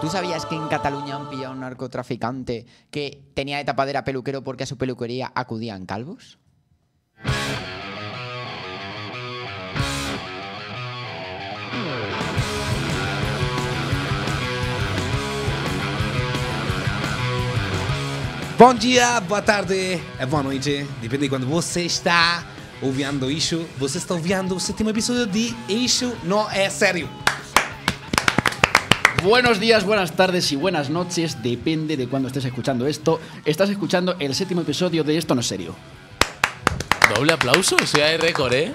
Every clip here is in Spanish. ¿Tú sabías que en Cataluña han pillado a un narcotraficante que tenía de tapadera peluquero porque a su peluquería acudían calvos? Bom dia, boa tarde, eh, boa noite, depende de quando você está ouvindo isso. Você está ouvindo o sétimo episódio de Isso Não É Sério. Buenos días, buenas tardes y buenas noches, depende de cuándo estés escuchando esto. Estás escuchando el séptimo episodio de Esto no es serio. Doble aplauso, si hay récord, ¿eh?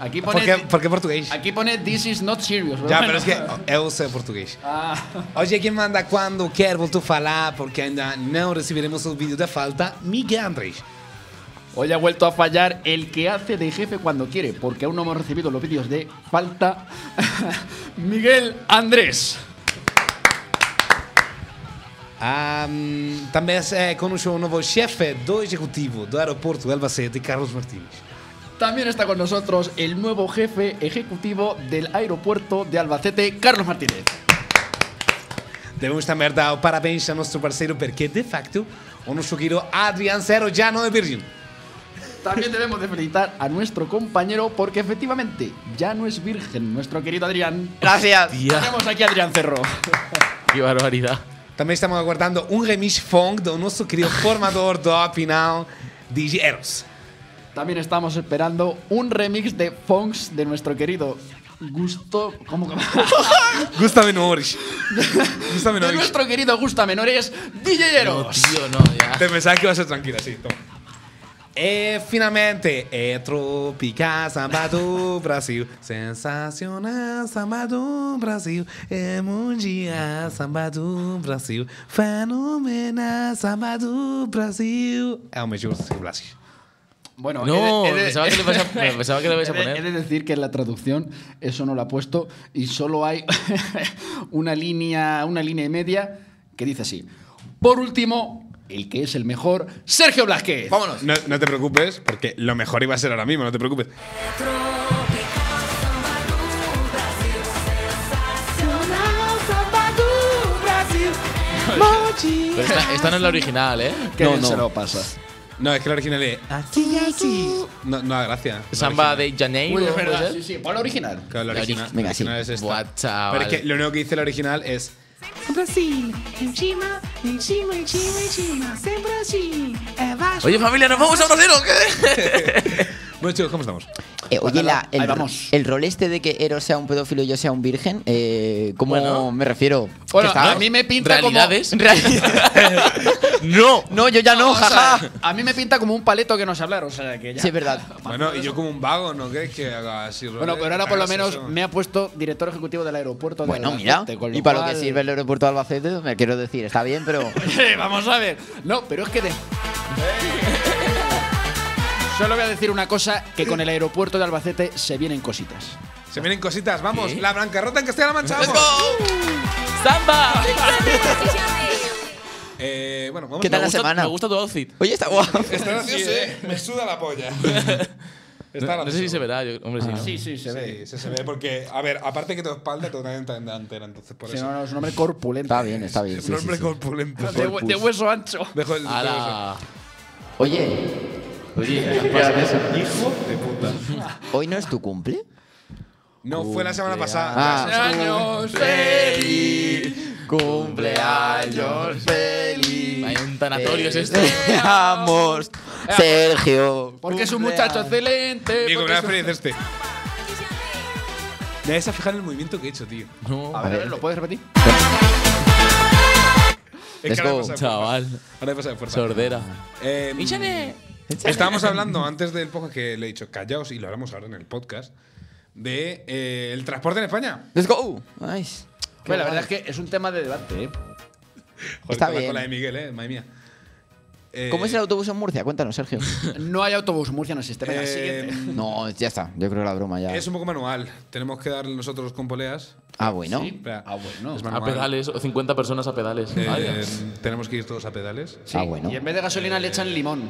Aquí Por pone, que, por que português? aquí pone This is not serious. Já, bueno. pero es que eu sei português. Ah, Hoje é quem manda quando quer, voltou a falar, porque ainda não receberemos o vídeo da falta, Miguel Andrés. hoy ha vuelto a fallar el que hace de jefe cuando quiere, porque aún no hemos recibido los vídeos de falta. Miguel Andrés. Ah, também é, conosco o novo chefe do executivo do aeroporto de Albacete, Carlos Martins. También está con nosotros el nuevo jefe ejecutivo del aeropuerto de Albacete, Carlos Martínez. Devemos também dar oh, parabéns ao nosso parceiro, porque de facto o nosso querido Adrián Cero já não é virgem. También debemos de felicitar a nuestro compañero porque efectivamente ya no es virgen nuestro querido Adrián. Gracias. Tía, Tenemos aquí a Adrián Cerro. qué barbaridad. Também estamos aguardando um remix funk do nosso querido formador do final, DJ Eros. También estamos esperando un remix de Fonks de nuestro querido Gusto... ¿Cómo? cómo? Gusta menores. Gusta de menores. nuestro querido Gusta Menores, No, DJeros. tío, no, ya. Te pensaba que iba a ser tranquila, sí. toma. E finalmente, é tropical samba do Brasil, sensacional samba do Brasil, é mundial samba do Brasil, fenomenal samba do Brasil. Eh, É o melhor dos Brasil. Bueno, No, he de- he de- pensaba que le ibas a- me pensaba que le ibas a he de- poner. He de decir que en la traducción eso no lo ha puesto y solo hay una línea, una línea y media que dice así. Por último, el que es el mejor, Sergio Blasquez. Vámonos. No, no te preocupes, porque lo mejor iba a ser ahora mismo, no te preocupes. Pero esta, esta no es la original, ¿eh? Qué No, bien no. se lo pasas. No, es que la original es así, así. No, no, gracias. Samba de Janeiro. Uy, es ¿puede verdad, ser? sí, sí, pon la original. Claro, la La original, origi- la Venga, original sí. es esta. Buah, chaval. Pero es que lo único que dice la original es. Oye, familia, nos vamos a Brasil, ¿o qué? Bueno, chicos, ¿cómo estamos? Eh, oye, la- Ahí el, vamos. el rol este de que Eros sea un pedófilo y yo sea un virgen, eh, ¿cómo Bueno. me refiero? Bueno, Que está- a mí me pinta como- Realidades. no. No, yo ya no, O sea, jaja. a mí me pinta como un paleto que nos hablar, o sea que ya. Sí, es verdad. Bueno, y yo como un vago, ¿no crees que haga así? Bueno, pero ahora por lo hagas menos eso? me ha puesto director ejecutivo del aeropuerto. de Bueno, mira. Albacete, con Y para lo cual- que sirve el aeropuerto de Albacete, me quiero decir, está bien, pero. Oye, Vamos a ver. No, pero es que. de- Solo voy a decir una cosa: que con el aeropuerto de Albacete se vienen cositas. Se vienen cositas, vamos. ¿Qué? La blanca rota en Castilla-La Mancha, ¡Let's vamos. go! ¡Samba! Eh, bueno, vamos. ¿Qué tal Me la gusta- semana? Me gusta tu outfit. Oye, está guapo. Está gracioso, eh. Me suda la polla. Está No, no sé si gracioso. se verá. yo- hombre, sí. ¿no? Ah, sí, se Sí, sí se ve porque, a ver, aparte que tu espalda totalmente en delantera, entonces por Si eso. no, no, es un hombre corpulento. Está bien, está bien. sí, Un sí, hombre sí. corpulento. De, hue- de hueso ancho. Dejo el. ¡Hala! Oye, Hijo de puta. ¿hoy no es tu cumple? No, fue la semana pasada. Ah. La semana- Años Cumpleaños feliz. Hay un tanatorio, Eh, es este. esto. Deseamos, Sergio. Porque es un muchacho excelente. Mi porque es cumpleaños un- feliz este. Me vais a fijar en el movimiento que he hecho, tío. No, A ver, ¿lo puedes repetir? Es Let's que ahora go, he pasado de chaval. fuerza. Ahora he pasado de fuerza. Sordera. Eh, estábamos hablando antes del podcast que le he dicho, callaos y lo hablamos ahora en el podcast, de eh, el transporte en España. Let's go. Nice. Bueno, la verdad es que es un tema de debate, ¿eh? Joder, Está con la bien. cola de Miguel, eh, madre mía. Eh, ¿Cómo es el autobús en Murcia? Cuéntanos, Sergio. No hay autobús Murcia, no existe. Venga, eh, siguiente. No, ya está. Yo creo que la broma ya. Es un poco manual. Tenemos que dar nosotros con poleas. Ah, bueno. Espera. Ah, bueno. Es A manual. pedales, o 50 personas a pedales. Eh, Vaya. tenemos que ir todos a pedales. Ah, bueno. Y en vez de gasolina le echan limón.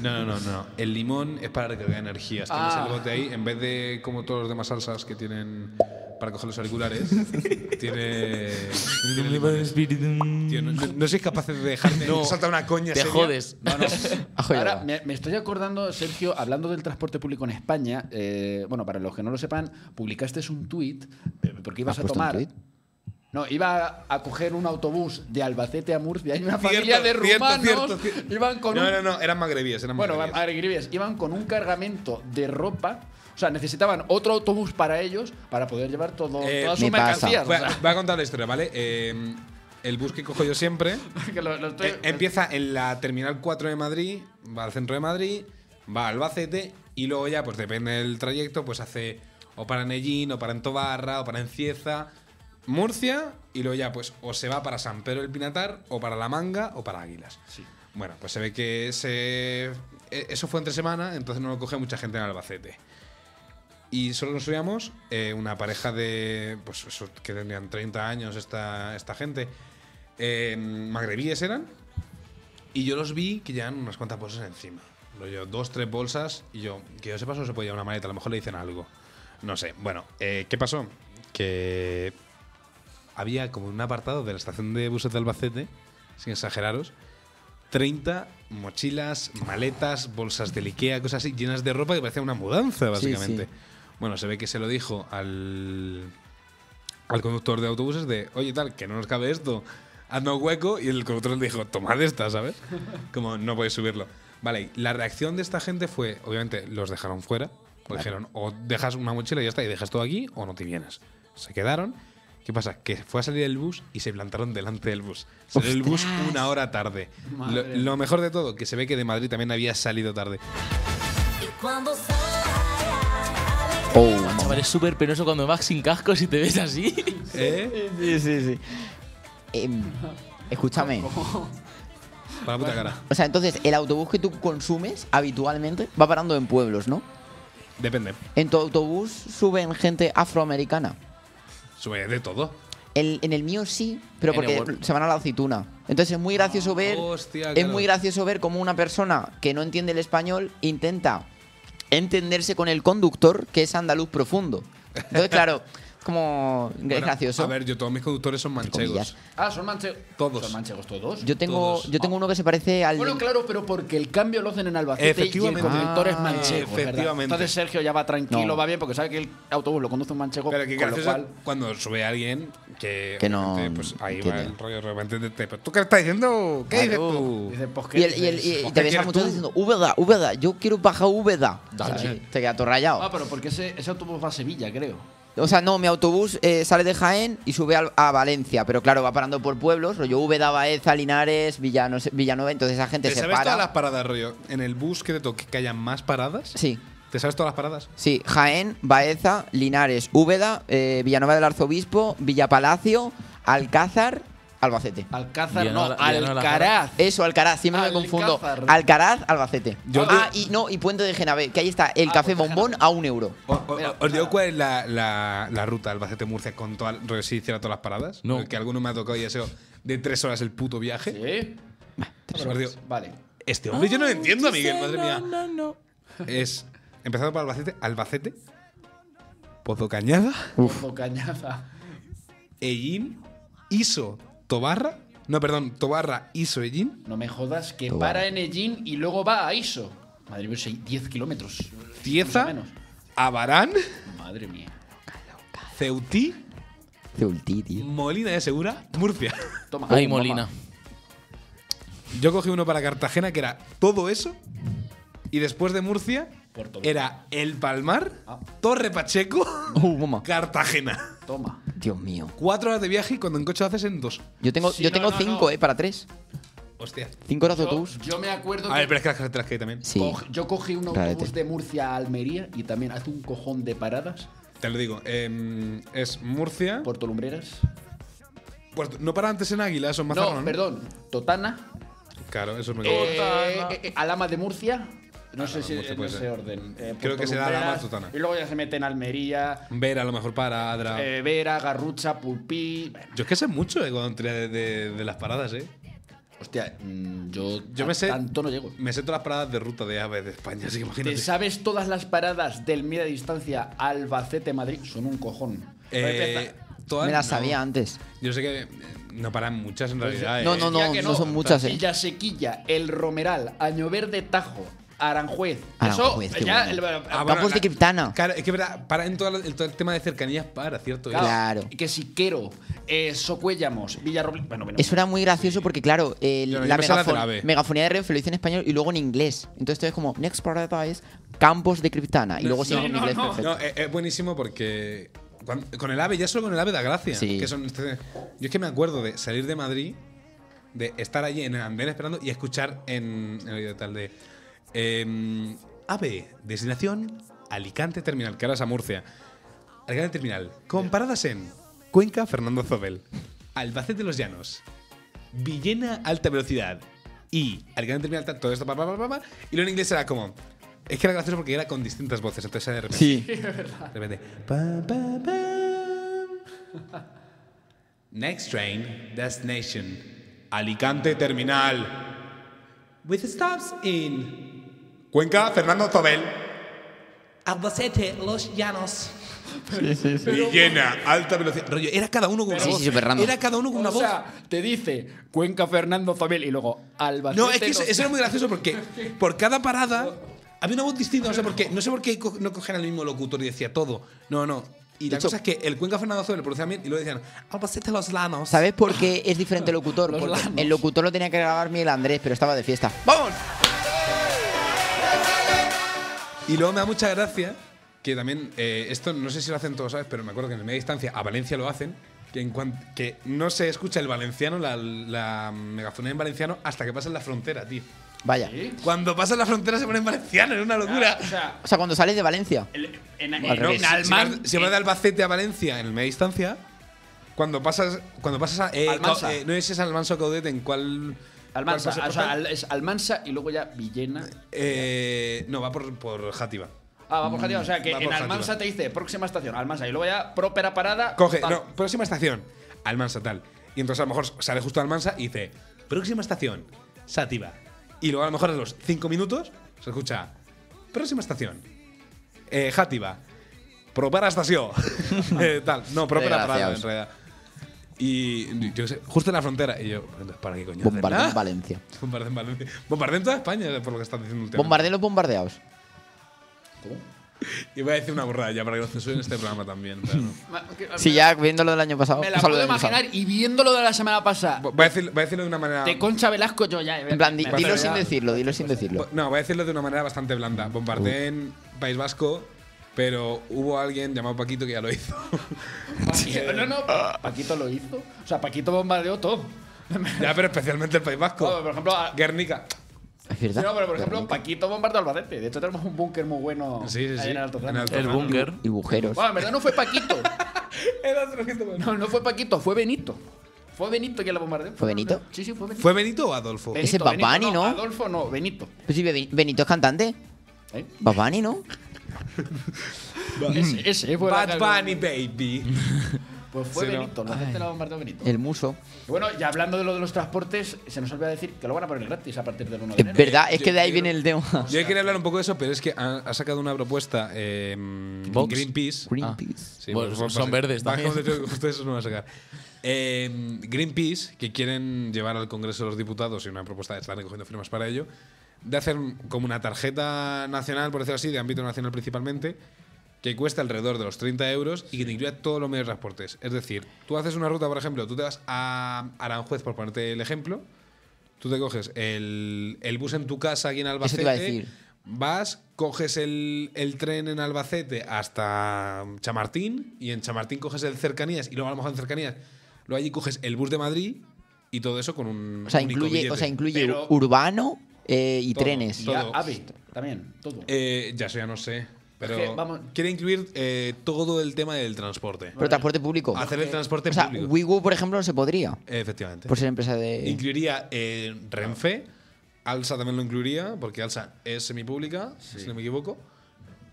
No, no, no, no. El limón es para recargar energías. Tienes Ah. el bote ahí, en vez de como todos los demás salsas que tienen para coger los auriculares. tiene. Tío, no, no- no sois capaces de dejarme No. saltar una coña. Te seria. jodes. Ajo y Ahora, agua. me, me estoy acordando, Sergio, hablando del transporte público en España. eh, bueno, para los que no lo sepan, publicaste un tuit eh, porque ibas ¿Has a puesto un tomar. tuit? No, iba a- a coger un autobús de Albacete a Murcia. Hay una Cierto, familia de cierto, rumanos. cierto, cierto. Iban con No, un no, no, eran magrebíes. Eran Bueno, magrebíes. Madre Gribes, iban con un cargamento de ropa. O sea, necesitaban otro autobús para ellos para poder llevar todo, Eh, todas sus me pasa. mercancías. Voy o a, sea, voy a contar la historia, ¿vale? Eh, el bus que cojo yo siempre que lo- lo estoy- eh, empieza en la terminal 4 de Madrid, va al centro de Madrid, va a Albacete y luego ya, pues depende del trayecto, pues hace o para Nellín, o para Entobarra, o para Encieza, Murcia y luego ya, pues o se va para San Pedro del Pinatar, o para La Manga, o para Águilas. Bueno, pues se ve que ese- e- eso fue entre semana, entonces no lo coge mucha gente en Albacete. Y solo nos subíamos eh, una pareja de. Pues eso, que tendrían 30 años esta, esta gente. Eh, magrebíes eran. Y yo los vi que llevan unas cuantas bolsas encima. Yo, dos, tres bolsas. Y yo, que yo sepa, solo se puede llevar una maleta. A lo mejor le dicen algo. No sé. Bueno, eh, ¿qué pasó? Que había como un apartado de la estación de buses de Albacete, sin exageraros, 30 mochilas, maletas, bolsas de Ikea, cosas así, llenas de ropa que parecía una mudanza, Sí, básicamente. sí. Bueno, se ve que se lo dijo al, al conductor de autobuses de, oye, tal, que no nos cabe esto, haznos hueco, y el conductor le dijo, tomad esta, ¿sabes? Como no podéis subirlo. Vale, y la reacción de esta gente fue, obviamente, los dejaron fuera, porque dijeron, o dejas una mochila y ya está, y dejas todo aquí, o no te vienes. Se quedaron. ¿Qué pasa? Que fue a salir el bus y se plantaron delante del bus. Salió el bus ¡Ostras! una hora tarde. Lo, Madre lo mejor de todo, que se ve que de Madrid también había salido tarde. Oh, Chaval, es súper penoso cuando vas sin cascos y te ves así. ¿Eh? sí, sí, sí. Em, escúchame. Para la puta cara. O sea, entonces, el autobús que tú consumes habitualmente va parando en pueblos, ¿no? Depende. En tu autobús suben gente afroamericana. Sube de todo. El- en el mío sí, pero En porque el Word. se van a la aceituna. Entonces es muy gracioso ver. Ah, hostia, es claro. muy gracioso ver cómo una persona que no entiende el español intenta entenderse con el conductor, que es andaluz profundo. Entonces, claro, como es Bueno, gracioso. A ver, yo todos mis conductores son comillas. manchegos. Ah, son manchegos. Todos. Son manchegos todos. yo tengo, todos. yo tengo uno que se parece al. bueno, claro, pero porque el cambio lo hacen en Albacete y el Efectivamente. conductor es Ah, manchego. ¿verdad? efectivamente. Entonces Sergio ya va tranquilo, No. va bien, porque sabe que el autobús lo conduce un manchego. Pero que con lo gracioso cual, cuando sube alguien que. Que no obviamente, Pues ahí va entiende. el rollo. De repente te- te- ¿Tú qué estás diciendo? ¿Qué dices Claro. tú? dice, pues, ¿qué Y, el- y el- y- dices? y ¿Qué te quieres besas mucho tú? diciendo, Úbeda, Úbeda, yo quiero bajar Úbeda. Dale. O sea, Te queda todo rayado. Ah, pero porque ese, ese autobús va a Sevilla, creo. O sea, no, mi autobús eh, sale de Jaén y sube al- a, Valencia, pero claro, va parando por pueblos, rollo Úbeda, Baeza, Linares, Villano- Villanueva, entonces esa gente ¿Te se sabes para. todas las paradas, rollo? En el bus que te toque que haya más paradas. Sí, ¿Te sabes todas las paradas? sí, Jaén, Baeza, Linares, Úbeda, eh, Villanueva del Arzobispo, Villapalacio, Alcázar, Albacete. Alcázar, Bien, no, hola, bien, hola, Alcaraz. Eso, Alcaraz, siempre me Alcázar. confundo. Alcaraz, Albacete. Yo ah, digo- y no, y Puente de Genave, que ahí está el Ah, café Puente de bombón a un euro. O- o- Mira, os digo cuál es la, la- la ruta Albacete-Murcia con toda, rollo, si hiciera todas las paradas. No. Que alguno me ha tocado y ha sido de tres horas el puto viaje. ¿Sí? pues, Os digo, Vale. Este hombre, yo no lo entiendo a Miguel, madre mía. Es empezando por Albacete, Albacete, Pozo Cañada, Pozo Cañada. Ellín, Iso, Tobarra. No, perdón, Tobarra, Iso, Ellín. No me jodas que Todo para vale. en Ellín y luego va a Iso. Madre mía, seis- 10 kilómetros. Tieza, Más o menos. Abarán, Madre mía. Ceutí, Ceultí, tío. Molina de Segura, Murcia. Toma. Ay, Oh, mamá. Molina. Yo cogí uno para Cartagena que era todo eso. Y después de Murcia Puerto Rico. era El Palmar, Ah. Torre Pacheco, Uh, mamá. Cartagena. Toma. Dios mío. Cuatro horas de viaje y cuando en coche lo haces en dos. Yo tengo, Sí, yo no, tengo no, cinco, no. eh, para tres. Hostia. Cinco horas de Yo, autobús. yo me acuerdo A ver, pero que es que las carreteras que hay también. Sí. cog- yo cogí un autobús Cállate. de Murcia a Almería y también hace un cojón de paradas. Te lo digo. em, es Murcia. Puerto Lumbreras. Puerto- no para antes en Águila, eso es Mazarrón. No, perdón. Totana. Claro, eso es me eh, eh, eh, Alama de Murcia. No sé si Murcia en puede ese ser. orden. Eh, Creo Puerto que será Alama, Lumbreras, Totana. Ah. Y luego ya se meten Almería, Ver a lo mejor para Adra. eh, Vera, Garrucha, Pulpí. Yo es que sé mucho eh, cuando entré de, de- de las paradas, ¿eh? Hostia, mm, yo, Yo a me sé- tanto no llego. Me sé todas las paradas de ruta de AVE de España, así que ¿Te imagínate. sabes todas las paradas del media distancia Albacete-Madrid? Son un cojón. Eh, todas Me la no. sabía antes. Yo sé que eh, no paran muchas Pues en realidad. No, eh. no, Ya no, que no son muchas, eh. Villasequilla, El Romeral, Añoverde Tajo, Aranjuez. Aranjuez, Eso, qué ya. bueno. el- Ah, bueno, Campos la- de Criptana. Claro, es que verdad, para en toda la- en todo el tema de cercanías para, ¿cierto? Claro. Que Siquero, eh, Socuéllamos, Villarroble. Bueno, bueno. Eso era muy gracioso porque, claro, el- Yo- yo la me sé la de megafon- la B. megafonía de Renfe lo dice en español y luego en inglés. Entonces todo es como, next parada es Campos de Criptana. Y luego sigue en inglés, perfecto. No, es, es buenísimo porque cuan- con el AVE, ya solo con el AVE da gracia. Sí. Que son- este, yo es que me acuerdo de salir de Madrid, de estar allí en el andén esperando y escuchar en, en el video tal de em, AVE, destinación Alicante Terminal, que ahora es a Murcia. Alicante Terminal, con paradas en Cuenca Fernando Zobel, Albacete Los Llanos, Villena Alta Velocidad y Alicante Terminal, tal, todo esto, pa, pa, pa, pa, pa, y lo en inglés era como. Es que era gracioso porque era con distintas voces, entonces era de repente. Sí. De repente. pa, pa, pam. Next train, destination, Alicante Terminal. With stops in. Cuenca, Fernando Tobel. Albacete, Los Llanos. Villena, alta velocidad. Rollo, era cada uno con una Sí, voz. sí, súper random. Era cada uno con una O voz. sea, te dice Cuenca Fernando Fabel y luego Albacete. No, es que eso, los- eso era muy gracioso porque por cada parada había una voz distinta. No sé por qué, no sé por qué co- no cogían el mismo locutor y decía todo. No, no. Y la hecho- cosa es que el Cuenca Fernando Zobel lo producían bien y luego decían Albacete los Lanos. ¿Sabes por qué es diferente el locutor? Los Porque lanos. el locutor lo tenía que grabar Miguel Andrés, pero estaba de fiesta. ¡Vamos! Y luego me da mucha gracia que también, eh, esto no sé si lo hacen todos, ¿sabes? Pero me acuerdo que en el media distancia a Valencia lo hacen, que, en cuan- que no se escucha el valenciano, la, la megafonía en valenciano, hasta que pasan la frontera, tío. Vaya. Cuando pasan la frontera se ponen valenciano, es una locura. O sea, O sea, cuando sales de Valencia. el- en, Al en- No, revés. en si- si Alman. vas- si vas de Albacete a Valencia en el media distancia, cuando pasas, cuando pasas a. eh, Almansa. ca- eh, no sé si es Almansa o Caudete, en cuál. Almansa, cuál pasa- o sea, al- es Almansa y luego ya Villena. eh, no, va por, por Játiva. Ah, Mm, vamos, Jativa, o sea que Va por en Játiva. Almansa te dice próxima estación, Almansa, y luego ya própera parada. Coge, tal. no, próxima estación, Almansa tal. Y entonces a lo mejor sale justo Almansa y dice, próxima estación, Sativa. Y luego a lo mejor a los 5 minutos se escucha, próxima estación, eh, Játiva, propera estación. Eh, tal, no, propera parada en Desgraciados. realidad. Y yo qué sé, justo en la frontera. Y yo, ¿para qué coño? hacen Bombardeo en nada? Valencia. Bombardeo en Valencia. Bombardeo en toda España, eh, por lo que estás diciendo últimamente. Bombardeo los bombardeados. Y voy a decir una burrada ya para que lo censuren este programa también. pero no. Ma- que- Sí, ya viendo lo del año pasado. Me la o sea, lo puedo del año pasado. imaginar y viéndolo de la semana pasada. Voy a, decir- voy a decirlo de una manera. De Concha Velasco yo ya. Ah. eh, En plan, di- me- Vale, dilo vale, sin vale. decirlo, dilo sin decirlo. No, voy a decirlo de una manera bastante blanda. Bombardeé en País Vasco, pero hubo alguien llamado Paquito que ya lo hizo. Paquito- no, no, Ah. Paquito lo hizo. O sea, Paquito bombardeó todo. ya, pero especialmente el País Vasco. No, Oh, por ejemplo, a- Guernica. Oh. Es verdad. Sí, no, pero por ejemplo, Paquito bombardeó Albacete. De hecho, tenemos un búnker muy bueno Sí, sí, sí. ahí en Altozano. En Altozano. El búnker. Y bujeros. Bueno, en verdad no fue Paquito. Era otro que te- No, no fue Paquito, fue Benito. Fue Benito quien la bombardeó. ¿Fue Benito? Sí, sí, fue Benito. ¿Fue Benito o Adolfo? Ese Benito, Bad Benito, Bunny, ¿no? Adolfo no, Benito. Pues sí, Be- Benito es cantante. ¿Eh? Babani, ¿no? Ese, ese fue la Mm. Bad que- Bunny, baby. Pues fue Sí, ¿no? Benito, la gente la bombardeó Benito. El muso. Y Bueno, ya hablando de lo de los transportes, se nos olvida decir que lo van a poner gratis a partir del 1 de Es enero. verdad, es yo- que de ahí yo- viene el tema. Yo quería hablar un poco de eso, pero es que ha, ha sacado una propuesta eh, Vox. Greenpeace. Greenpeace. Sí, pues, Bueno, por favor, son pase. verdes Baja también. donde tengo- justo eso no va a sacar. Eh, Greenpeace, que quieren llevar al Congreso de los Diputados, y una propuesta están recogiendo firmas para ello, de hacer un- como una tarjeta nacional, por decirlo así, de ámbito nacional principalmente, que cuesta alrededor de los 30 euros y que te incluya todos los medios de transportes. Es decir, tú haces una ruta, por ejemplo, tú te vas a Aranjuez, por ponerte el ejemplo, tú te coges el, el bus en tu casa aquí en Albacete. iba a decir. Vas, coges el, el tren en Albacete hasta Chamartín y en Chamartín coges el cercanías y luego a lo mejor en cercanías, luego allí coges el bus de Madrid y todo eso con un. O sea, Ah. único incluye, billete. o sea, incluye Pero- urbano eh, y Todo, trenes. Y todo. a- AVE, también, todo. Eh, ya eso ya no sé. Pero Es que, vamos- quiere incluir eh, todo el tema del transporte. Pero transporte público. Hacer el transporte O sea, público. Wigo, por ejemplo, no se podría. Efectivamente. Por ser empresa de. Incluiría eh, Renfe, Alsa también lo incluiría, porque Alsa es semipública, si no me equivoco.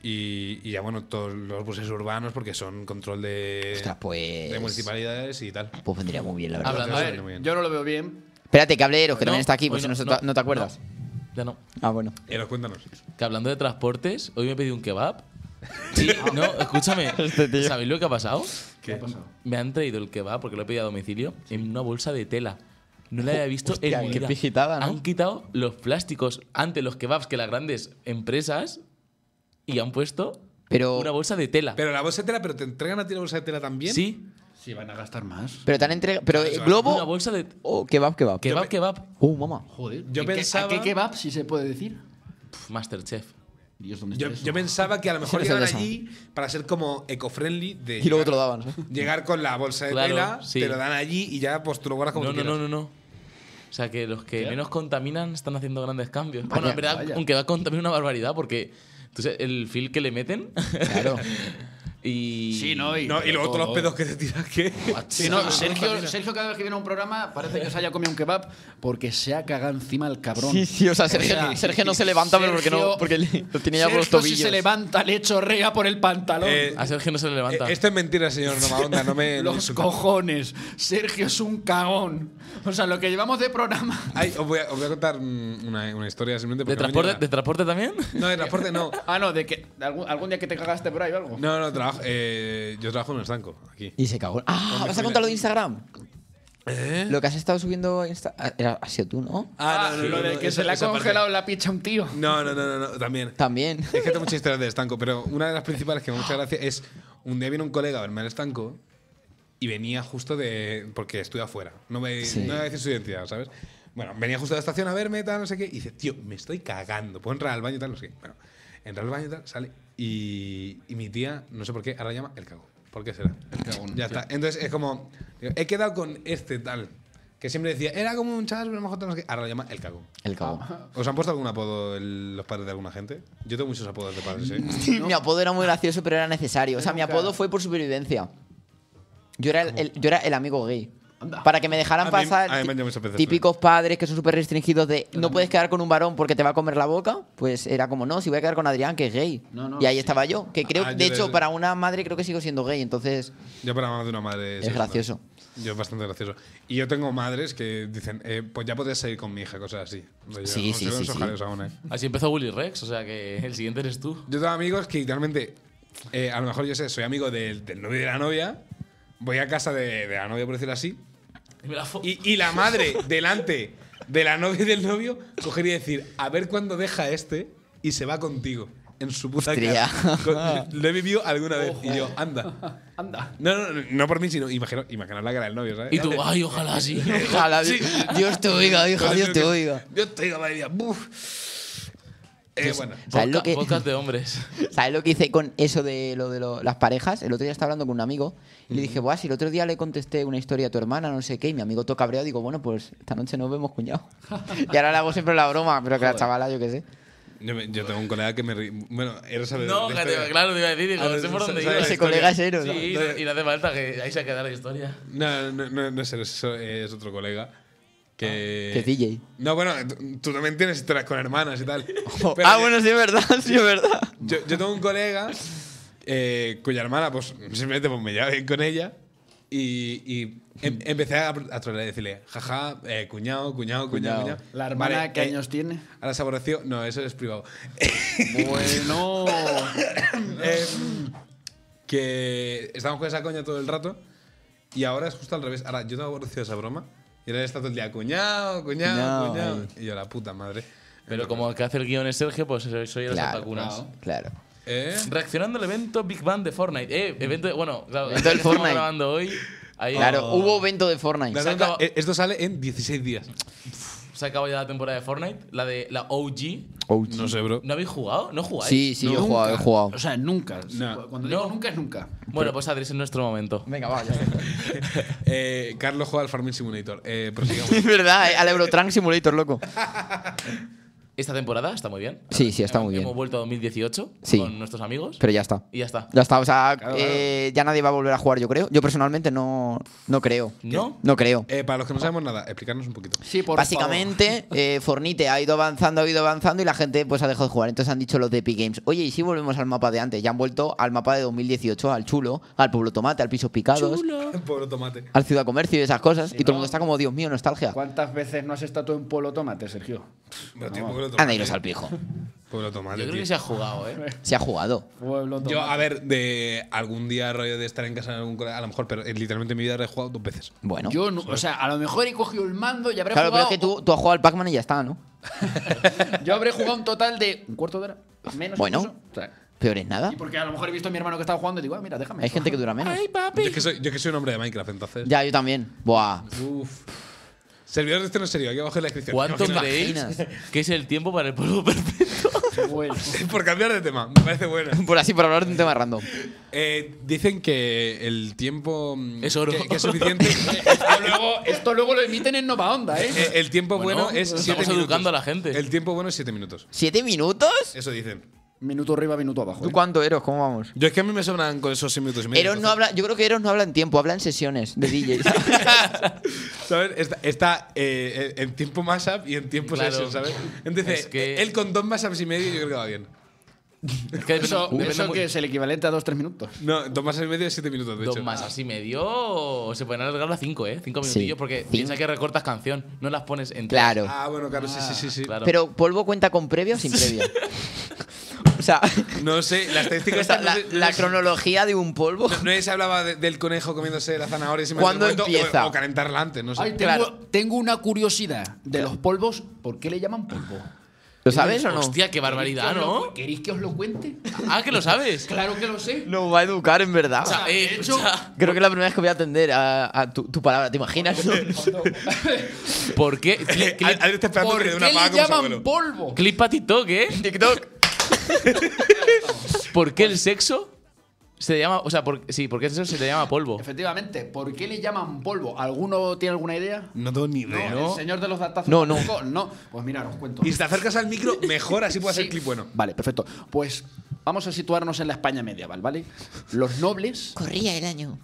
Y, y ya, bueno, todos los buses urbanos, porque son control de, Ostras, pues. de municipalidades y tal. Pues vendría muy bien, la verdad. Hablando a muy bien. ver, yo no lo veo bien. Espérate, que hable Eros, que No, también está aquí, hoy por si no, no, se- no, no te acuerdas. Ya no. Ah, bueno. Eros, cuéntanos. Ah. Que hablando de transportes, hoy me pedí un kebab Sí, no, escúchame. Este tío. ¿Sabéis lo que ha pasado? ¿Qué? Me han traído el kebab, porque lo he pedido a domicilio, en una bolsa de tela. No la había visto hostia, en mi qué vida. pijitada, ¿no? Han quitado los plásticos ante los kebabs que las grandes empresas y han puesto Pero- una bolsa de tela. Pero la bolsa de tela, pero te entregan a ti la bolsa de tela también. sí, Si van a gastar más. Pero te han entregado. Pero eh, Eso, una Globo. bolsa de Oh, kebab, kebab. kebab, kebab. Uh, mamá. Joder. Yo ¿y qué- pensaba- ¿A qué kebab, si se puede decir? Pf, Masterchef. Dios, ¿dónde Yo, está eso? yo pensaba que a lo mejor Siempre iban sale allí para ser como eco-friendly. de Y luego llegar- te lo daban. ¿sabes? Llegar con la bolsa de Claro, tela, sí. te lo dan allí y ya pues tú lo guardas como No, tú no, no, quieras. no, no. O sea, que los que menos contaminan están haciendo grandes cambios. bueno, Vaya, en verdad, vaya. aunque va a contaminar una barbaridad, porque tú sabes, el fil que le meten. Claro. y. Sí, no, y, No, y luego todos los todo. pedos que te tiras que. Sí, no, Sergio, Sergio, cada vez que viene a un programa, parece que se haya comido un kebab porque se ha cagado encima el cabrón. Sí, sí, o sea, Sergio, O sea, Sergio no se levanta pero porque no. Sergio- Porque le- lo tenía ya por los Sergio, pues, tobillos. si se levanta, le chorrea por el pantalón. Eh, A Sergio no se le Eh, levanta. esto es mentira, señor Nomaonda, no me. no me Los insulte. cojones. Sergio es un cagón. O sea, lo que llevamos de programa. Ay, os, voy a, os voy a contar mm, una, una historia simplemente porque ¿De me transporte, llega. ¿De transporte también? No, de transporte no. Ah, no, de que de algún, algún día que te cagaste por ahí o algo. No, no, trabajo. eh, yo trabajo en un estanco, aquí. Y se cagó. Ah, Con ¿vas mi a contar lo de Instagram? ¿Eh? Lo que has estado subiendo a Insta. ah, era- Ha sido tú, ¿no? Ah, lo de que esa- se le ha esa parte. congelado la picha a un tío. No, no, no, no, no, también. También. Es que tengo muchas historias del estanco, pero una de las principales que me da mucha gracia es un día vino un colega a verme al estanco y venía justo de. porque estuve afuera. No, me, Sí. no voy a decir su identidad, ¿sabes? Bueno, venía justo de la estación a verme, tal, no sé qué, y dice, tío, me estoy cagando. Puedo entrar al baño, tal, no sé qué. Bueno, entra al baño, tal, sale. Y, y mi tía, no sé por qué, ahora la llama el cago. ¿Por qué será? El cagón, Ya está. Entonces es como. digo, he quedado con este tal, que siempre decía, era como un chaval, pero mejor no sé qué. Ahora lo llama el cago. El cagó. ¿Os han puesto algún apodo el- los padres de alguna gente? Yo tengo muchos apodos de padres, ¿eh? Mi apodo era muy gracioso, pero era necesario. O sea, mi apodo fue por supervivencia. Yo era el, el- yo era el amigo gay. Anda. Para que me dejaran A mí- pasar a mí me han ti- llamado muchas veces, típicos padres que son súper restringidos de no puedes quedar con un varón porque te va a comer la boca, pues era como no, si voy a quedar con Adrián, que es gay. No, no, y ahí sí. estaba yo, que creo, Ah, yo de hecho, le- para una madre creo que sigo siendo gay, entonces Yo para más de una madre... Es sí, gracioso. no. Yo es bastante gracioso. Y yo tengo madres que dicen, eh, pues ya podrías salir con mi hija, cosas así. Yo, Sí, sí, yo sí, esos sí. jaleos aún, ¿eh? Así empezó Willy Rex, o sea que el siguiente eres tú. Yo tengo amigos que literalmente, eh, a lo mejor yo sé, soy amigo del, del novio y de la novia, voy a casa de, de la novia, por decirlo así, Y me la fo- y, y la madre delante de la novia y del novio cogería y decir, a ver cuándo deja a este y se va contigo. En su puta Hostia. cara. Con- Lo he vivido alguna vez. Y yo, anda. Anda. No, no, no, no por mí, sino imagino, imaginar la cara del novio, ¿sabes? y tú, ay, ojalá sí. Ojalá, Dios te oiga, hija, Dios te oiga. Dios te oiga, madre mía. Buf. Eh, bueno. ¿Sabes lo Podcast- que- podcast de hombres. ¿Sabes lo que hice con eso de lo de lo- las parejas? El otro día estaba hablando con un amigo y le dije, Buah, si el otro día le contesté una historia a tu hermana, no sé qué, y mi amigo toca cabreado, digo, bueno, pues esta noche nos vemos, cuñado. y ahora le hago siempre la broma, pero que la chavala, yo qué sé. Yo, me- yo tengo un colega que me ri- Bueno, eres sabe- No, de que historia. te- claro, te iba a decir, digo, Ah, no sé por sa- dónde sa- iba. la Ese historia. colega es héroe. Sí, ¿no? y no- y no hace falta que ahí se ha quedado la historia. No, no, no, no es él, es, es otro colega. Que. Que es DJ. No, bueno, tú- tú también tienes historias con hermanas y tal. Pero ah, yo- bueno, sí, es verdad, sí, es verdad. Yo, yo tengo un colega eh, cuya hermana, pues simplemente pues, me llevaba bien con ella y, y em- empecé a, a trolear y decirle, jaja, eh, cuñado, cuñado, cuñado, cuñado. ¿La hermana Vale, qué eh, años tiene? Ahora se aborreció. No, eso es privado. Bueno. Em, que estábamos con esa coña todo el rato y ahora es justo al revés. Ahora, yo tengo aborrecido esa broma y ahora está todo el día, cuñado, cuñado, Cuñado, cuñado. ay. Y yo, la puta madre. Pero como el que hace el guión es Sergio, pues soy soy de las Claro, vacunas. claro. ¿Eh? Reaccionando al evento Big Bang de Fortnite. Eh, evento de, bueno, claro, Evento del estamos Fortnite. grabando hoy. Ahí Claro, oh, hubo evento de Fortnite. La Se nota- acaba- eh, esto sale en 16 días. se ha acabado ya la temporada de Fortnite, la de la OG. No sé, bro. ¿No habéis jugado? ¿No jugáis? Sí, sí, yo he jugado, he jugado. O sea, nunca. No. Cuando digo No. nunca es nunca. Bueno, pues Adri, ese es nuestro momento. Venga, vaya. Eh, Carlos juega al Farming Simulator. Eh, prosigamos. es verdad, eh, al Eurotrank Simulator, loco. Esta temporada está muy bien. Sí, sí, está Hemos- muy bien. Hemos vuelto a 2018 Sí. con nuestros amigos Pero ya está. y ya está. Ya está, o sea, Claro, eh, ya nadie va a volver a jugar, yo creo. Yo personalmente no, no creo. ¿No? No creo. Eh, para los que no sabemos nada, explicarnos un poquito. Sí, por Básicamente, eh, Fornite ha ido avanzando, ha ido avanzando y la gente pues ha dejado de jugar. Entonces han dicho los de Epic Games, oye, ¿y si volvemos al mapa de antes? Ya han vuelto al mapa de 2018, al chulo, al pueblo tomate, al pisos picados, Pobre tomate. al ciudad comercio y esas cosas. y todo el ¿no? mundo está como, Dios mío, nostalgia. ¿Cuántas veces no has estado tú en Polo Tomate, Sergio? Pero tío, pobre tomate. Anda, iros Ah, al pijo. Pueblo tomate, Yo creo tío. que se ha jugado, ¿eh? Se ha jugado. Pueblo Yo, tomate. a ver, de algún día rollo de estar en casa en algún cole- a lo mejor, pero eh, literalmente en mi vida he jugado dos veces. Bueno. Yo no- o sea, a lo mejor he cogido el mando y habré claro, pero jugado. es que tú, tú has jugado al Pac-Man y ya está, ¿no? Yo habré jugado un total de un cuarto de hora. Menos. Bueno. incluso. O sea, Peor es nada. y porque a lo mejor he visto a mi hermano que estaba jugando y digo, ah, mira, déjame. Hay gente que dura menos. Yo es que soy, yo es que soy un hombre de Minecraft, entonces. Ya, yo también. Buah. Uf. Servidor de este no es serio, aquí abajo en la descripción. ¿Cuánto Imagina- creéis imaginas? que es el tiempo para el polvo perfecto? Bueno. Por cambiar de tema, me parece bueno. Por así, por hablar de un tema random. Eh, dicen que el tiempo. mm, Es oro. Que, que es suficiente. Esto luego- Esto luego lo emiten en Nova Onda, ¿eh? eh, el tiempo bueno, Bueno, es. estamos siete minutos. educando a la gente. El tiempo bueno es 7 minutos. ¿Siete minutos? Eso dicen. Minuto arriba, minuto abajo. ¿Tú ¿eh? cuánto, Eros? ¿Cómo vamos? Yo es que a mí me sobran con esos 6 minutos y medio. Eros no entonces, habla, yo creo que Eros no habla en tiempo, habla en sesiones de DJs. ¿Sabes? Está, está, eh, en tiempo mashup y en tiempo Claro. session, ¿sabes? Entonces, Es que- él con dos mashups y medio yo creo que va bien. Es que depende- Eso, depende eso muy- que es el equivalente a dos, tres minutos. No, dos mashups y medio es 7 minutos, de Dos hecho. más así medio o se pueden alargar a cinco, ¿eh? Cinco Sí. minutillos porque Cinco. piensa que recortas canción, no las pones en tres. claro. Ah, bueno, claro, sí, sí, sí. sí. Ah, Claro. Pero polvo cuenta con previo o sin previo. o sea, No sé, la estadística o sea, está. la, la cronología de un polvo. No, no se hablaba de- del conejo comiéndose la zanahoria. si me ¿Cuándo acuerdo, o- empieza? O, calentarla antes, no sé. Ay, tengo, Pues, Claro. tengo una curiosidad de los polvos. ¿Por qué le llaman polvo? ¿Lo sabes o no? Hostia, qué barbaridad, ¿no? ¿Queréis que os lo cuente? Ah, que lo sabes. Claro que lo sé. Nos va a educar en verdad. O sea, eh, De hecho- o sea, Creo que es la primera vez que voy a atender a, a tu, tu palabra, ¿te imaginas? ¿por qué? Cli- Eh, Clip, Adri está esperando ¿Por que qué le dé una le paga como su llaman abuelo. polvo? clip pa' TikTok, ¿eh? TikTok. ¿Por qué el sexo se llama. O sea, por- sí, ¿por qué el sexo se le llama polvo? Efectivamente, ¿por qué le llaman polvo? ¿Alguno tiene alguna idea? No tengo ni idea. No, el señor de los datazos. No, no. tampoco, No, pues mira, os cuento. Y si te acercas al micro, mejor, así puede ser Sí. clip bueno. Vale, perfecto. Pues vamos a situarnos en la España medieval, ¿vale? Los nobles Corría el año.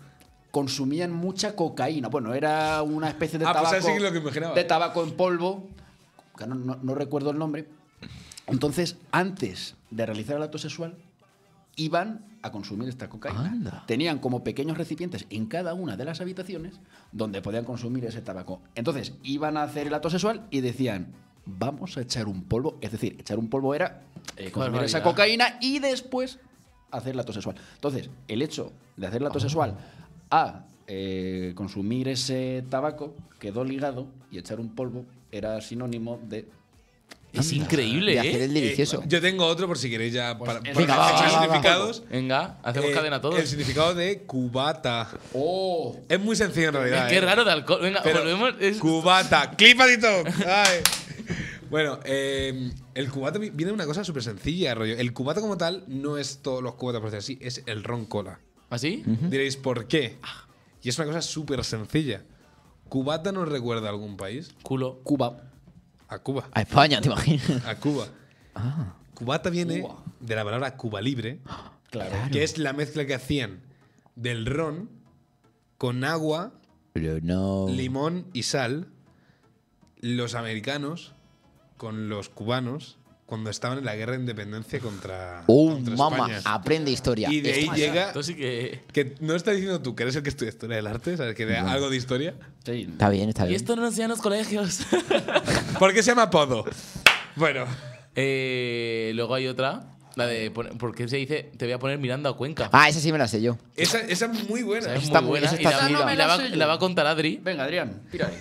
consumían mucha cocaína. Bueno, era una especie de Ah, pues tabaco. así que lo que imaginaba. De tabaco en polvo. que no, no- no recuerdo el nombre. Entonces, antes de realizar el acto sexual, iban a consumir esta cocaína. Anda. Tenían como pequeños recipientes en cada una de las habitaciones donde podían consumir ese tabaco. Entonces, iban a hacer el acto sexual y decían, vamos a echar un polvo. Es decir, echar un polvo era eh, consumir barbaridad. esa cocaína y después hacer el acto sexual. Entonces, el hecho de hacer el acto sexual a eh, consumir ese tabaco quedó ligado y echar un polvo era sinónimo de... Es increíble, De hacer ¿eh? el delicioso. Eh, yo tengo otro por si queréis ya Pues para, para venga, va, cachar va, va, va, significados. Venga, hacemos Eh, cadena todos. El significado de cubata. ¡Oh! Es muy sencillo en realidad. Qué eh. raro de alcohol. Venga, Pero- volvemos. es- Cubata. Clipadito. Ay. Bueno, eh, el cubata vi- viene de una cosa súper sencilla, rollo. El cubata como tal no es todos los cubatas, por decir así, es el ron cola. ¿Así? Mm. Diréis, ¿por qué? Ah. Y es una cosa súper sencilla. Cubata nos recuerda a algún país. Culo. Cuba. A Cuba. A España, ¿te imaginas? A Cuba. Cubata viene Cuba. de la palabra Cuba libre, Claro. que es la mezcla que hacían del ron con agua, Pero no. limón y sal los americanos con los cubanos cuando estaban en la guerra de independencia contra, Oh, contra mamá, España. aprende historia. Y de ahí Esto- llega... Esto sí que. Que no está diciendo tú que eres el que estudia historia del arte, ¿sabes? Que de algo de historia. Sí. Está bien, está Y bien. esto no nos enseñan en los colegios. ¿Por qué se llama podo? Bueno, Eh, luego hay otra, la de pon- ¿por qué se dice te voy a poner mirando a Cuenca? Ah, esa sí me la sé yo. esa, esa es muy O buena. sea, es está muy muy- buena esa y está la, chula. y la va, Esa no me la sé la va a yo. contar Adri. Venga, Adrián, tira ahí.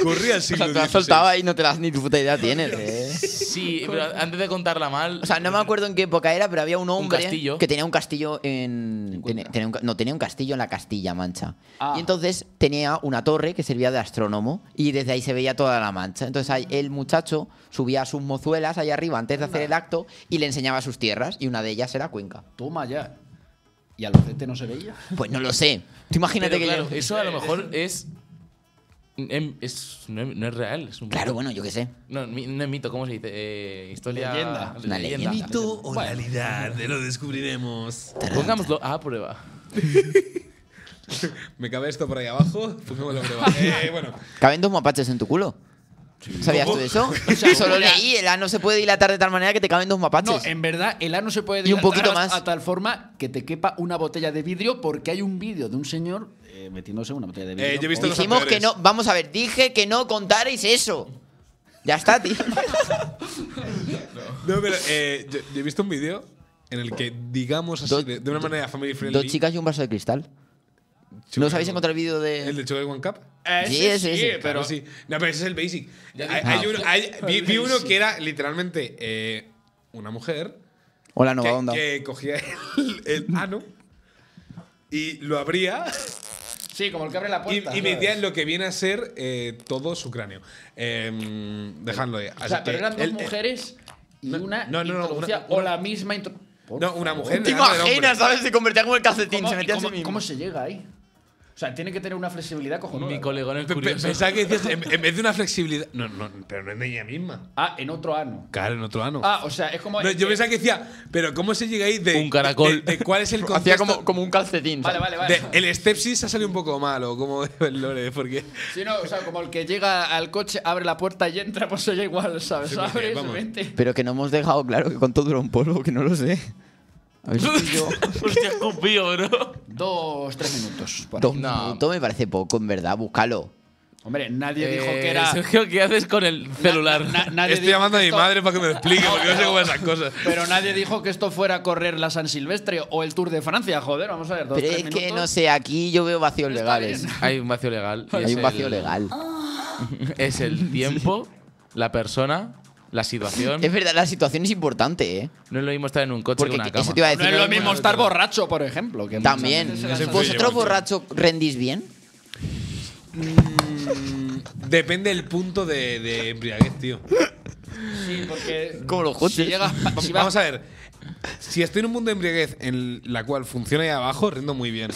Corría el O sea, siglo te la XVI. soltaba y no te las ni tu puta idea tienes, eh. Sí, pero antes de contarla mal, O sea, no me acuerdo en qué época era, pero había un hombre castillo. que tenía un castillo en. ten- tenía un ca- no, tenía un castillo en la Castilla Mancha. Ah. Y entonces tenía una torre que servía de astrónomo y desde ahí se veía toda la mancha. Entonces ahí el muchacho subía a sus mozuelas allá arriba antes de hacer el acto y le enseñaba sus tierras y una de ellas era Cuenca. Toma ya. ¿Y Albacete no se veía? Pues no lo sé. Tú imagínate pero que claro, eh. yo- eso a lo mejor es, em- es- no, es no es real, es un Claro, bueno, yo qué sé. no, mi- no es mito, ¿cómo se dice? Eh, historia Leyenda. Una leyenda. Mito o realidad, te lo descubriremos. Pongámoslo a prueba. Me cabe esto por ahí abajo, pongámoslo a prueba. Eh, bueno, Caben dos mapaches en tu culo. ¿Sabías ¿Cómo? tú eso? Solo leí, el A no se puede dilatar de tal manera que te caben dos No, mapaches. en verdad, el ano se puede Y un dilatar poquito a- más. a tal forma que te quepa una botella de vidrio porque hay un vídeo de un señor eh, metiéndose una botella de vidrio. Eh, yo he visto por- los Dijimos que anteriores. no, vamos a ver, dije que no contarais eso. Ya está, tío. No, pero eh, yo, yo he visto un vídeo en el que, digamos así, Dos- de, de una manera family friendly. Dos chicas y un vaso de cristal. Chucky- ¿No os habéis encontrado el vídeo ¿El de de...? Chocolate One Cup? Sí, ese, ese. Claro, pero Eh, ah, sí. No, pero ese es el basic. Hay- dije. hay uno- hay- vi, vi uno que era literalmente eh, una mujer Hola, Nova que, Onda. que cogía el, el ano y lo abría Sí, como el que abre la y, puerta. y metía ¿sabes? en lo que viene a ser eh, todo su cráneo. Eh, dejadlo ya. O Así sea, pero que eh, eran dos el- el- mujeres y No, una no, no, no, introducía una- o la misma intro- Por No, una favor. mujer. ¿Te en el ano del hombre. imaginas, sabes? Se convertía como el calcetín, ¿Cómo, se metía y a sí cómo- mismo. cómo se llega ahí? O sea, tiene que tener una flexibilidad cojonuda. Mi colegón es Pe- pe- curioso. Pensaba que decías, en, en vez de una flexibilidad. No, no, pero no es de ella misma. Ah, en otro ano. Claro, en otro ano. Ah, o sea, es como. No, yo pensaba que decía, pero ¿cómo se llega ahí de. Un caracol. De, de cuál es el Hacía contexto. como, como un calcetín. Vale, ¿sabes? vale, vale. de- eh. el stepsis ha salido un poco malo, como el Lore, porque. Sí, no, o sea, como el que llega al coche, abre la puerta y entra, pues oye, igual, ¿sabes? Sí, porque, Abres, vamos. vete. Pero que no hemos dejado claro que cuánto dura un polvo, que no lo sé. A ver si yo... Hostia, escupío, bro. Dos, tres minutos. por ahí. Dos No. minutos me parece poco, en verdad. Búscalo. Hombre, nadie dijo Eh, que era. Sergio, ¿qué haces con el celular? Na- nadie Estoy dijo llamando a que mi esto- madre para que me lo explique, porque no sé cómo esas cosas. Pero nadie dijo que esto fuera a correr la San Silvestre o el Tour de Francia, joder, vamos a ver. Dos, Pero tres es que minutos. no sé, aquí yo veo vacíos legales. Hay un vacío legal. y Hay es un vacío el- legal. Es el tiempo, la persona, la situación. Es verdad, la situación es importante, ¿eh? No es lo mismo estar en un coche que Porque en una eso cama. te iba a No decir. es lo lo mismo. mismo estar borracho, por ejemplo. que muchas También. veces se la Ese San fue- ¿Vosotros Sí, borrachos rendís bien? Mm, Depende del punto de, de embriaguez, tío. Sí, porque Como los si coches. llegas, pa- si vas- Vamos a ver. Si estoy en un punto de embriaguez en la cual funciona ahí abajo, rindo muy bien.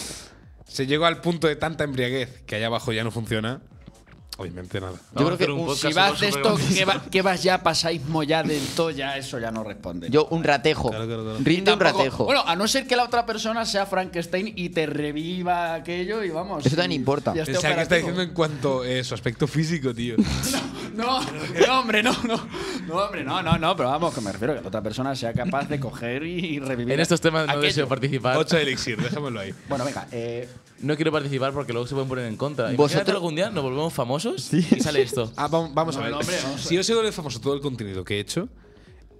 Si llego al punto de tanta embriaguez que allá abajo ya no funciona, obviamente nada. Vamos a creo que hacer un un- podcast si vas sobre de esto superhéroes. que, va- que vas ya pasáis moya del ya eso ya no responde. Yo un ratejo. Claro, claro, claro. Rinde un Tampoco- ratejo. Bueno, a no ser que la otra persona sea Frankenstein y te reviva aquello y vamos. Eso también y- importa. y esté Pensaba que está operativo. diciendo en cuanto a su aspecto físico, tío. No, no, hombre, no, no. No, hombre, no, no, no, pero vamos, que me refiero a que la otra persona sea capaz de coger y, y revivir. En estos temas no aquello. deseo participar. 8 de elixir, déjamelo ahí. Bueno, venga, eh, No quiero participar porque luego se pueden poner en contra. Imagínate ¿Vosotros- algún día nos volvemos famosos y sale esto. Ah, vam- vamos, No, a ver. no, hombre, vamos a si yo soy doble famoso todo el contenido que he hecho,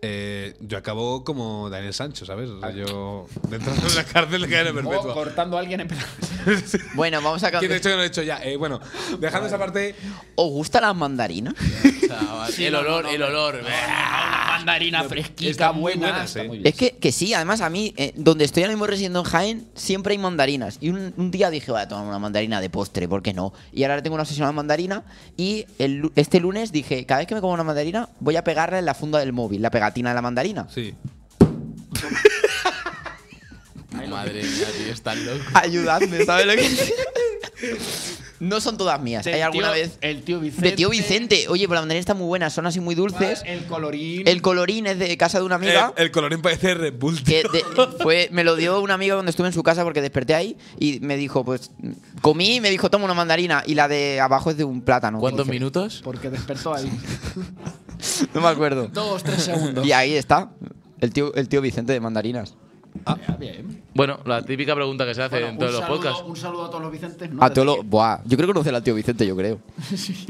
eh, yo acabo como Daniel Sancho, ¿sabes? O sea, yo dentro de la cárcel de cadena o perpetua. cortando a alguien en pedazos. Bueno, vamos a Que de cambiar. hecho que no lo he hecho ya. Eh, bueno, dejando esa parte, ¿Os gustan las mandarinas? Chaval, Sí, el no, olor, no, no, el olor. Una mandarina fresquita, están muy buena. buenas, eh. muy bien. Es que, que sí, además a mí, eh, donde estoy ahora mismo residiendo en Jaén, siempre hay mandarinas. Y un, un día dije, voy a tomar una mandarina de postre, ¿por qué no? Y ahora tengo una obsesión a la mandarina. Y el lu- este lunes dije, cada vez que me como una mandarina, voy a pegarla en la funda del móvil, la pegatina de la mandarina. sí. Madre mía, tío, estás loco. Ayudadme, ¿sabes lo que No son todas mías. Del Hay alguna tío- vez. El tío Vicente. De tío Vicente. Oye, pero las mandarinas están muy buenas, son así muy dulces. El colorín. El colorín es de casa de una amiga. El, el colorín parece Red Bull. tío. que de- fue, me lo dio una amiga cuando estuve en su casa porque desperté ahí y me dijo, pues comí y me dijo, toma una mandarina y la de abajo es de un plátano. ¿Cuántos Entonces, minutos? Porque despertó ahí. No me acuerdo. Dos, tres segundos. Y ahí está, el tío, el tío Vicente de mandarinas. Ya, Ah, bien. Bueno, la típica pregunta que se hace Bueno, Eh, en todos un los saludo- podcasts. Un saludo a todos los Vicentes. ¿no? A todos los- Buah, yo creo que conocer al tío Vicente, yo creo.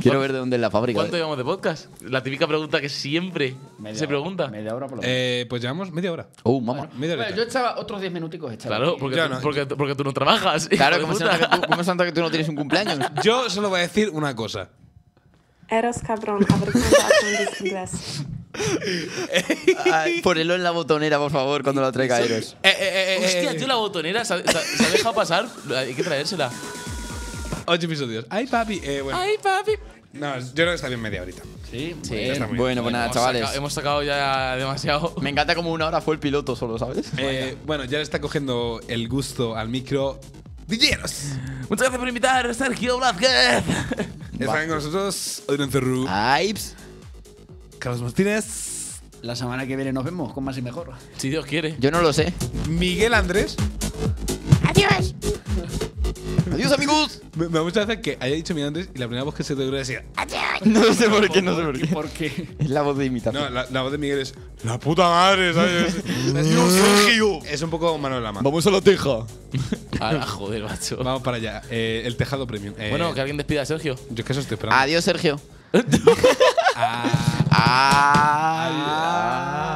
Quiero ver de dónde es la fábrica. ¿Cuánto llevamos de podcast? La típica pregunta que siempre eh. Media se hora- pregunta. Media hora por lo menos. Eh, pues llevamos media hora. Oh, mamá. Media hora. Bueno, yo echaba otros 10 minuticos. echaba. Claro, porque, Yo tú- no. porque, porque tú no trabajas. hijo Claro, de ¿cómo se, puta. nota que tú, cómo se nota que tú no tienes un cumpleaños? Yo solo voy a decir una cosa. Eras cabrón, avergonzado aprendes inglés. Ay, ponelo en la botonera, por favor, cuando lo traiga Eros. Eh, eh, eh, eh, Hostia, eh, tío, la botonera se ha, se ha- se ha dejado pasar. Hay que traérsela. Ocho episodios. Ay, papi. Eh, bueno. Ay, papi. No, yo creo que está bien media horita. Sí, Sí. bueno. Ya está muy bien. Bueno, pues nada, Hemos chavales. saca- hemos sacado ya demasiado. Me encanta como una hora fue el piloto solo, ¿sabes? Eh, bueno, ya le está cogiendo el gusto al micro. DJeros. Muchas gracias por invitar, Sergio Blázquez. Están con nosotros Adrián Cerru, Aips. Carlos Martínez, La semana que viene nos vemos con más y mejor. Si Dios quiere. Yo no lo sé. Miguel Andrés. Adiós. Adiós, amigos. Me, me da mucha gracia que haya dicho Miguel Andrés y la primera voz que se te ocurrió decía. "Ah, No sé por qué, no sé por qué. Porque. Es la voz de imitación. No, la, la voz de Miguel es. La puta madre, ¿sabes? Dios, Sergio. Es un poco Manuel Lama. Vamos a la teja. Ah, joder, macho. Vamos para allá. Eh, el tejado premium. Eh, Bueno, que alguien despida a Sergio. yo es que eso estoy esperando. Adiós, Sergio. Ah. Ah,